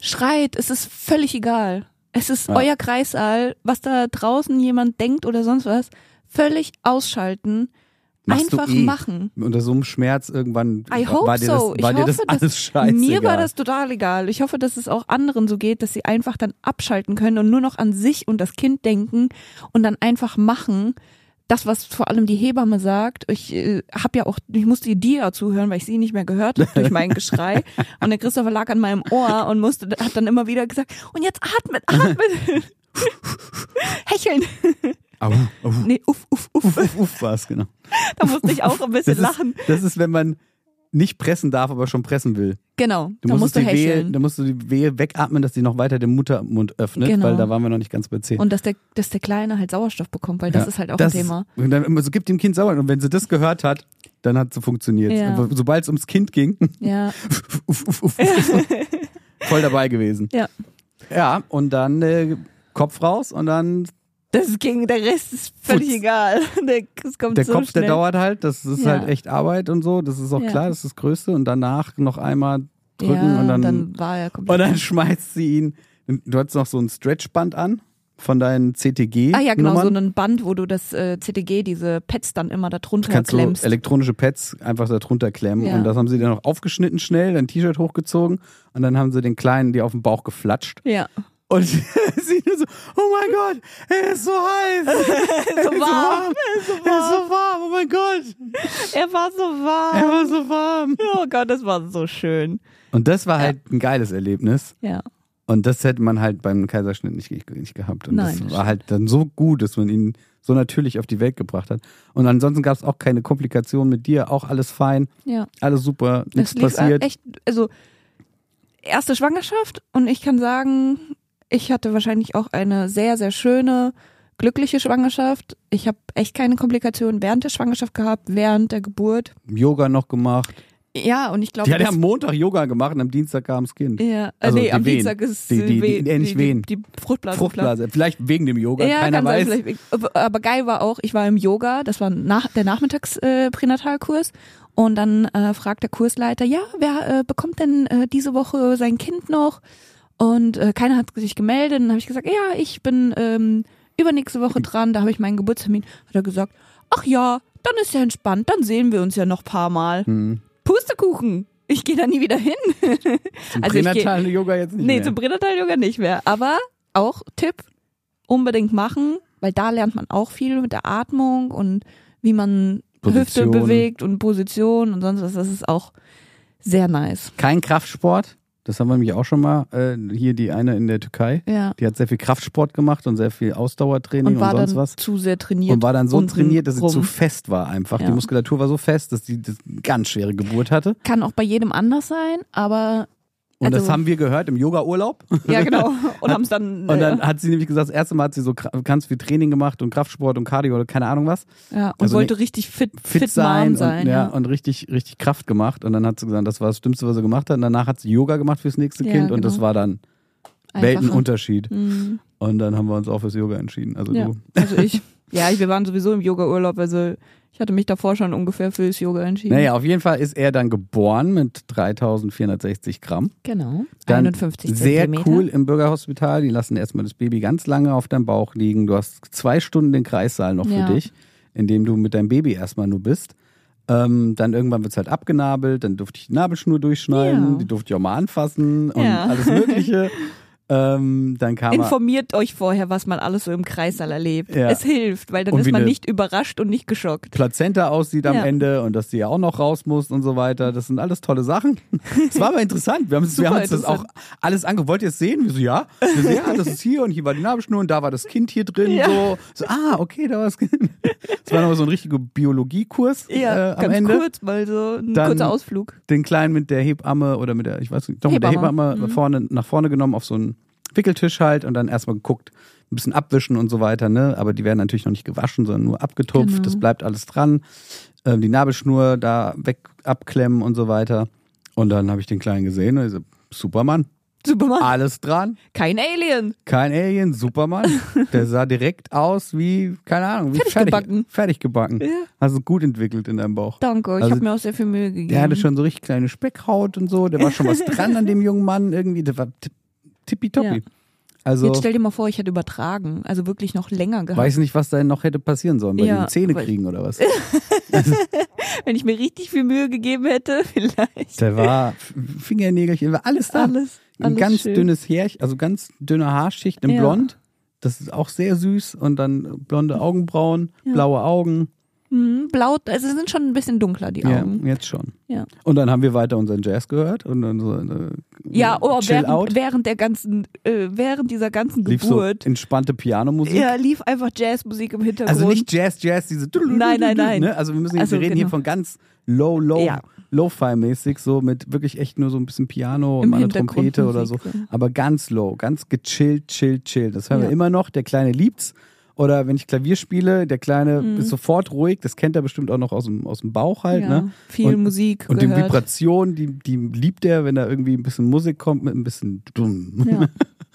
schreit, es ist völlig egal. Es ist Ja. euer Kreissaal, was da draußen jemand denkt oder sonst was, völlig ausschalten, Machst einfach du eh. machen. Unter so einem Schmerz irgendwann I hope war dir das, so. war ich dir hoffe, das alles dass, scheiße. Mir war das total egal. Ich hoffe, dass es auch anderen so geht, dass sie einfach dann abschalten können und nur noch an sich und das Kind denken und dann einfach machen. Das, was vor allem die Hebamme sagt, ich äh, habe ja auch, ich musste dir ja zuhören, weil ich sie nicht mehr gehört habe durch mein Geschrei. Und der Christopher lag an meinem Ohr und musste, hat dann immer wieder gesagt, und jetzt atmet, atmet. Hecheln. Au, au, Nee, uff, uff, uff, uff. uff, uff war es, genau. Da musste ich auch Das ein bisschen ist, lachen. das ist, wenn man nicht pressen darf, aber schon pressen will. Genau, Du da musst musste die Wehe, hecheln. da musst du die Wehe wegatmen, dass die noch weiter den Muttermund öffnet, Genau. weil da waren wir noch nicht ganz bei 10. Und dass der, dass der Kleine halt Sauerstoff bekommt, weil das Ja, ist halt auch das ein Thema. Ist, und dann immer so, gibt dem Kind Sauerstoff. Und wenn sie das gehört hat, dann hat sie funktioniert. Ja. Aber Sobald es ums Kind ging, Ja, uff, uff, uff, voll dabei gewesen. ja. Ja, und dann äh, Kopf raus und dann Das ging, der Rest ist völlig Futz. egal. Der, es kommt der so Kopf, schnell. der dauert halt. Das ist Ja. halt echt Arbeit und so. Das ist auch Ja. klar, das ist das Größte. Und danach noch einmal drücken ja, und dann, war er und komplett. dann schmeißt sie ihn. Du hattest noch so ein Stretchband an von deinen CTG. ah ja, genau, Nummern. so ein Band, wo du das äh, CTG, diese Pads dann immer da drunter kannst du klemmst. elektronische Pads einfach da drunter klemmen. Ja. Und das haben sie dann noch aufgeschnitten schnell, ein T-Shirt hochgezogen und dann haben sie den Kleinen die auf den Bauch geflatscht. ja, Und sie nur so, oh mein Gott, er ist so heiß. so warm. Er ist so warm. Er ist so warm, oh mein Gott. Er war so Er warm. war so warm. Oh Gott, das war so schön. Und das war halt ein geiles Erlebnis. Ja, Und das hätte man halt beim Kaiserschnitt nicht, nicht gehabt. Und Nein, das das war halt dann so gut, dass man ihn so natürlich auf die Welt gebracht hat. Und ansonsten gab es auch keine Komplikationen mit dir, auch alles fein, ja. alles super, nichts Es lief passiert. echt, also erste Schwangerschaft und ich kann sagen, ich hatte wahrscheinlich auch eine sehr, sehr schöne, glückliche Schwangerschaft. Ich habe echt keine Komplikationen während der Schwangerschaft gehabt, während der Geburt. Yoga noch gemacht. Ja, und ich glaube, Die hat ja das- am Montag Yoga gemacht und am Dienstag kam das Kind. ja, äh, also die nee, am Wehen. Dienstag ist Die- die- die- Weh- nee, nicht die, Wehen. die, die Fruchtblase. Fruchtblase. Vielleicht wegen dem Yoga, Ja, keiner kann weiß. sein, vielleicht. Aber- Aber geil war auch, ich war im Yoga, das war nach, der Nachmittagspränatalkurs äh, Pränatalkurs. und dann äh, fragt der Kursleiter, ja, wer äh, bekommt denn äh, diese Woche sein Kind noch? Und äh, keiner hat sich gemeldet. Dann habe ich gesagt, ja, ich bin ähm, übernächste Woche dran, da habe ich meinen Geburtstermin. Hat er gesagt, ach ja, dann ist ja entspannt, dann sehen wir uns ja noch paar Mal. Hm. Pustekuchen, ich gehe da nie wieder hin. Zum Also ich geh- pränatalen Yoga jetzt nicht Nee, mehr. zum Brennerteil-Yoga nicht mehr. Aber auch Tipp, unbedingt machen, weil da lernt man auch viel mit der Atmung und wie man Hüfte Position. bewegt und Position und sonst was. Das ist auch sehr nice. Kein Kraftsport. Das haben wir nämlich auch schon mal. Äh, hier die eine in der Türkei. Ja. Die hat sehr viel Kraftsport gemacht und sehr viel Ausdauertraining Und und, war sonst dann was. zu sehr trainiert. Und war dann so unten trainiert, dass sie rum. zu fest war einfach. Die Ja. Muskulatur war so fest, dass sie das eine ganz schwere Geburt hatte. Kann auch bei jedem anders sein, aber. Und das also- haben wir gehört im Yoga-Urlaub. Ja, genau. Und haben es dann. Und dann äh, hat sie nämlich gesagt, das erste Mal hat sie so kra- ganz viel Training gemacht und Kraftsport und Cardio oder keine Ahnung was. ja, und also wollte richtig fit, Fit, sein, Mom und, sein. ja, ja. und richtig, richtig Kraft gemacht. Und dann hat sie gesagt, das war das Dümmste, was sie gemacht hat. Und danach hat sie Yoga gemacht fürs nächste Ja, Kind und genau. das war dann Einfacher. Weltenunterschied. Mhm. Und dann haben wir uns auch fürs Yoga entschieden. Also Ja, du. also ich. Ja, wir waren sowieso im Yoga-Urlaub, also ich hatte mich davor schon ungefähr fürs Yoga entschieden. Naja, auf jeden Fall ist er dann geboren mit 3460 Gramm. Genau. Dann 51 Sehr Zentimeter. cool im Bürgerhospital. Die lassen erstmal das Baby ganz lange auf deinem Bauch liegen. Du hast zwei Stunden den Kreissaal noch Ja. für dich, in dem du mit deinem Baby erstmal nur bist. Ähm, dann irgendwann wird es halt abgenabelt, dann durfte ich die Nabelschnur durchschneiden, Ja. die durfte ich auch mal anfassen und Ja. alles Mögliche. ähm, dann kam er- Informiert euch vorher, was man alles so im Kreißsaal erlebt. Ja. Es hilft, weil dann Und ist wie man eine- nicht überrascht und nicht geschockt. Plazenta aussieht am Ja. Ende und dass die ja auch noch raus muss und so weiter. Das sind alles tolle Sachen. Es war aber interessant. Wir haben, uns- wir Super haben uns das auch alles angeguckt. Wollt ihr es sehen? Wir so, ja. Wir so, ja, das ist hier und hier war die Nabelschnur und da war das Kind hier drin. Ja. So. so, ah, okay, da war das Kind. Es war nochmal so ein richtiger Biologiekurs Ja, äh, am ganz Ende. kurz, mal so ein Dann- kurzer Ausflug. Den Kleinen mit der Hebamme oder mit der, ich weiß nicht, doch mit der Hebamme. Mhm. Hebamme vorne, nach vorne genommen auf so einen Wickeltisch halt und dann erstmal geguckt. Ein bisschen abwischen und so weiter, ne? Aber die werden natürlich noch nicht gewaschen, sondern nur abgetupft. Genau. Das bleibt alles dran ähm, die Nabelschnur da weg abklemmen und so weiter. Und dann habe ich den Kleinen gesehen und ich so, Superman, Superman. alles dran, Kein Alien. kein Alien, Superman. Der sah direkt aus wie, keine Ahnung, wie Fertig gebacken. Fertig gebacken. Ja. Hast du gut entwickelt in deinem Bauch. Danke, ich Also- habe mir auch sehr viel Mühe gegeben. Der hatte schon so richtig kleine Speckhaut und so, der war schon was dran an dem jungen Mann irgendwie, der war tipp- tippitoppi. Ja. Also, Jetzt stell dir mal vor, ich hätte übertragen, also wirklich noch länger gehabt. weiß nicht, was da noch hätte passieren sollen, bei Ja, den Zähne weil- kriegen oder was. Wenn ich mir richtig viel Mühe gegeben hätte, vielleicht. Der war F- Fingernägelchen, war alles da. Alles, ein alles ganz schön. dünnes Härchen, also ganz dünne Haarschicht im Ja. Blond. Das ist auch sehr süß. Und dann blonde Augenbrauen, Ja. blaue Augen. Hm, blau, also sind schon ein bisschen dunkler, die Ja, Augen. jetzt schon. Ja. Und dann haben wir weiter unseren Jazz gehört und dann so äh, Ja, oh, Chill während, Out. während der ganzen, äh, während dieser ganzen Lief so Geburt, entspannte Pianomusik. ja, lief einfach Jazzmusik im Hintergrund. Also nicht Jazz, Jazz, diese. Nein, nein, nein. Ne? Also wir müssen, Also wir reden hier genau. von ganz low, low, Ja. low-fi-mäßig, so mit wirklich echt nur so ein bisschen Piano und Im mal eine Hintergrund Trompete oder so. Musik, so. Aber ganz low, ganz gechillt, chill, chill. Das hören Ja. wir immer noch. Der Kleine liebt's. Oder wenn ich Klavier spiele, der Kleine Mhm. ist sofort ruhig. Das kennt er bestimmt auch noch aus dem, aus dem Bauch halt. ja, Ne? viel und, Musik Und die gehört. Vibrationen, die, die liebt er, wenn da irgendwie ein bisschen Musik kommt mit ein bisschen dumm. ja.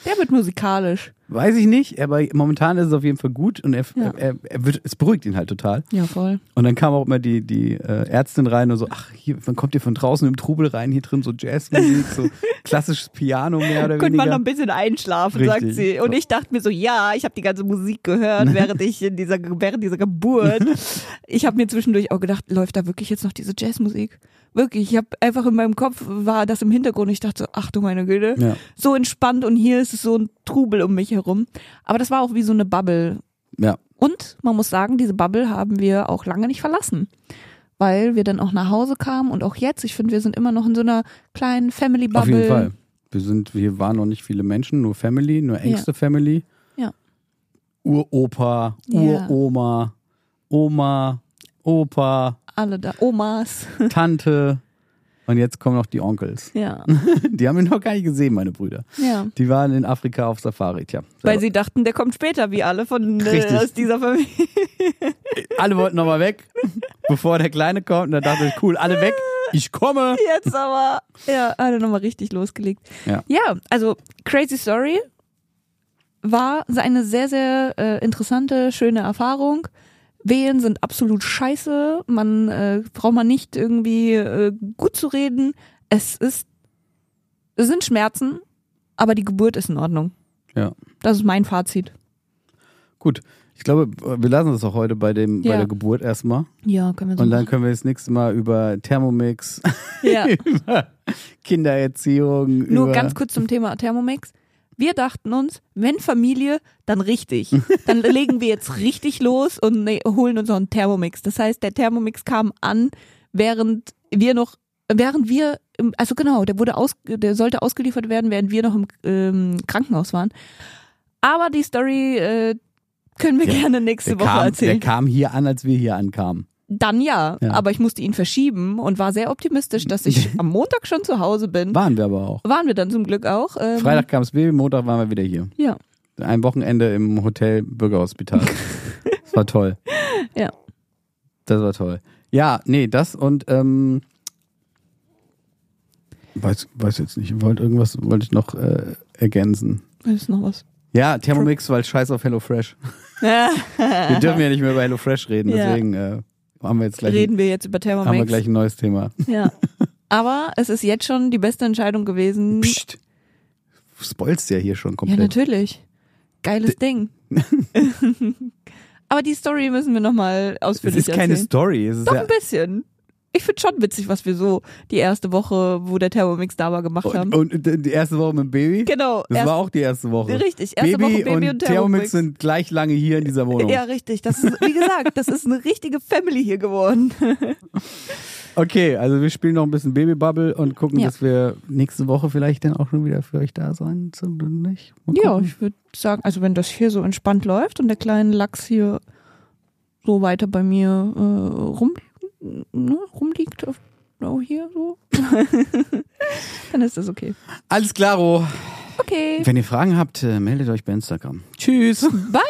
Der wird musikalisch. Weiß ich nicht, aber momentan ist es auf jeden Fall gut und er, Ja. er, er wird, es beruhigt ihn halt total. Ja, voll. Und dann kam auch immer die, die äh, Ärztin rein und so, ach, hier, man kommt hier von draußen im Trubel rein, hier drin so Jazzmusik, so klassisches Piano mehr oder Könnte weniger. man noch ein bisschen einschlafen, sagt Richtig. Ne. sie. Und ich dachte mir so, ja, ich habe die ganze Musik gehört, während ich in dieser, während dieser Geburt. Ich habe mir zwischendurch auch gedacht, läuft da wirklich jetzt noch diese Jazzmusik? Wirklich, ich habe einfach in meinem Kopf war das im Hintergrund. Ich dachte so, ach du meine Güte, Ja. so entspannt und hier ist es so ein Trubel um mich herum. Aber das war auch wie so eine Bubble. ja. Und man muss sagen, diese Bubble haben wir auch lange nicht verlassen, weil wir dann auch nach Hause kamen und auch jetzt. Ich finde, wir sind immer noch in so einer kleinen Family Bubble. Auf jeden Fall. Wir sind, wir waren noch nicht viele Menschen, nur Family, nur engste Family. Ja. Uropa, Ja. Uroma, Oma, Opa, Alle da, Omas. Tante. Und jetzt kommen noch die Onkels. Ja, Die haben wir noch gar nicht gesehen, meine Brüder. ja. Die waren in Afrika auf Safari. Tja, Weil sie dachten, der kommt später, wie alle von äh, Richtig. aus dieser Familie. alle wollten nochmal weg, bevor der Kleine kommt. Und dann dachte ich, cool, alle weg, ich komme. Jetzt aber, ja, hat er nochmal richtig losgelegt. Ja. ja, also Crazy Story war eine sehr, sehr äh, interessante, schöne Erfahrung. Wehen sind absolut scheiße. Man äh, braucht man nicht irgendwie äh, gut zu reden. Es ist, es sind Schmerzen, aber die Geburt ist in Ordnung. Ja. Das ist mein Fazit. Gut, ich glaube, wir lassen es auch heute bei, dem, bei Ja. der Geburt erstmal. Ja, können wir so Und dann können wir das nächste Mal über Thermomix, Ja. über Kindererziehung, Nur über ganz kurz zum Thema Thermomix. Wir dachten uns, wenn Familie, dann richtig. Dann legen wir jetzt richtig los und ne, holen uns noch einen Thermomix. Das heißt, der Thermomix kam an, während wir noch, während wir, im- also genau, der wurde aus, der sollte ausgeliefert werden, während wir noch im ähm, Krankenhaus waren. Aber die Story äh, können wir Ja, gerne nächste Der Woche kam, der erzählen. kam hier an, als wir hier ankamen. Dann ja, Ja. aber ich musste ihn verschieben und war sehr optimistisch, dass ich am Montag schon zu Hause bin. Waren wir aber auch. Waren wir dann zum Glück auch. Ähm, Freitag kam das Baby, Montag waren wir wieder hier. Ja. Ein Wochenende im Hotel Bürgerhospital. das war toll. Ja. Das war toll. Ja, nee, das und ähm, weiß, weiß jetzt nicht, wollte irgendwas wollte ich noch äh, ergänzen. Ist noch was. Ja, Thermomix, weil scheiß auf HelloFresh. Wir dürfen ja nicht mehr über HelloFresh reden, Ja. deswegen äh, haben wir jetzt gleich, Reden wir jetzt über Thermomix. Hm. haben wir gleich ein neues Thema. Ja. Aber es ist jetzt schon die beste Entscheidung gewesen. Psst. Du Spoilst ja hier schon ja, komplett. natürlich. Geiles Ding. Aber die Story müssen wir nochmal es ausführlich ist keine erzählen. Story, es ist Doch ja, ein bisschen. Ich finde schon witzig, was wir so die erste Woche, wo der Thermomix da war, gemacht haben. und, und die erste Woche mit dem Baby? genau. Oh, Das erst- war auch die erste Woche. Richtig, erste Woche Baby und Thermomix. sind gleich lange hier in dieser Wohnung. ja, richtig. Das ist, wie gesagt, das ist eine richtige Family hier geworden. Okay, also wir spielen noch ein bisschen Babybubble und gucken, Ja. dass wir nächste Woche vielleicht dann auch schon wieder für euch da sein sind und nicht. Mal Ja, gucken. ich würde sagen, also wenn das hier so entspannt läuft und der kleine Lachs hier so weiter bei mir äh, rum, ne, rumliegt, auf, auch hier so, dann ist das okay. Alles klaro. Okay, Wenn ihr Fragen habt, äh, meldet euch bei Instagram. Tschüss. bye!